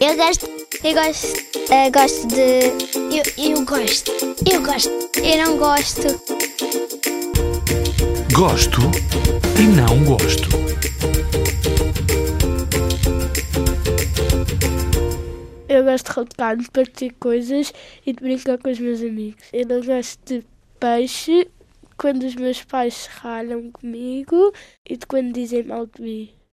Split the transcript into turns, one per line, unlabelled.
Eu gosto, eu gosto, eh, gosto de. Eu, eu gosto, eu gosto, eu não gosto.
Gosto e não gosto.
Eu gosto de roncar, de partir coisas e de brincar com os meus amigos. Eu não gosto de peixe quando os meus pais se ralham comigo e de quando dizem mal de mim.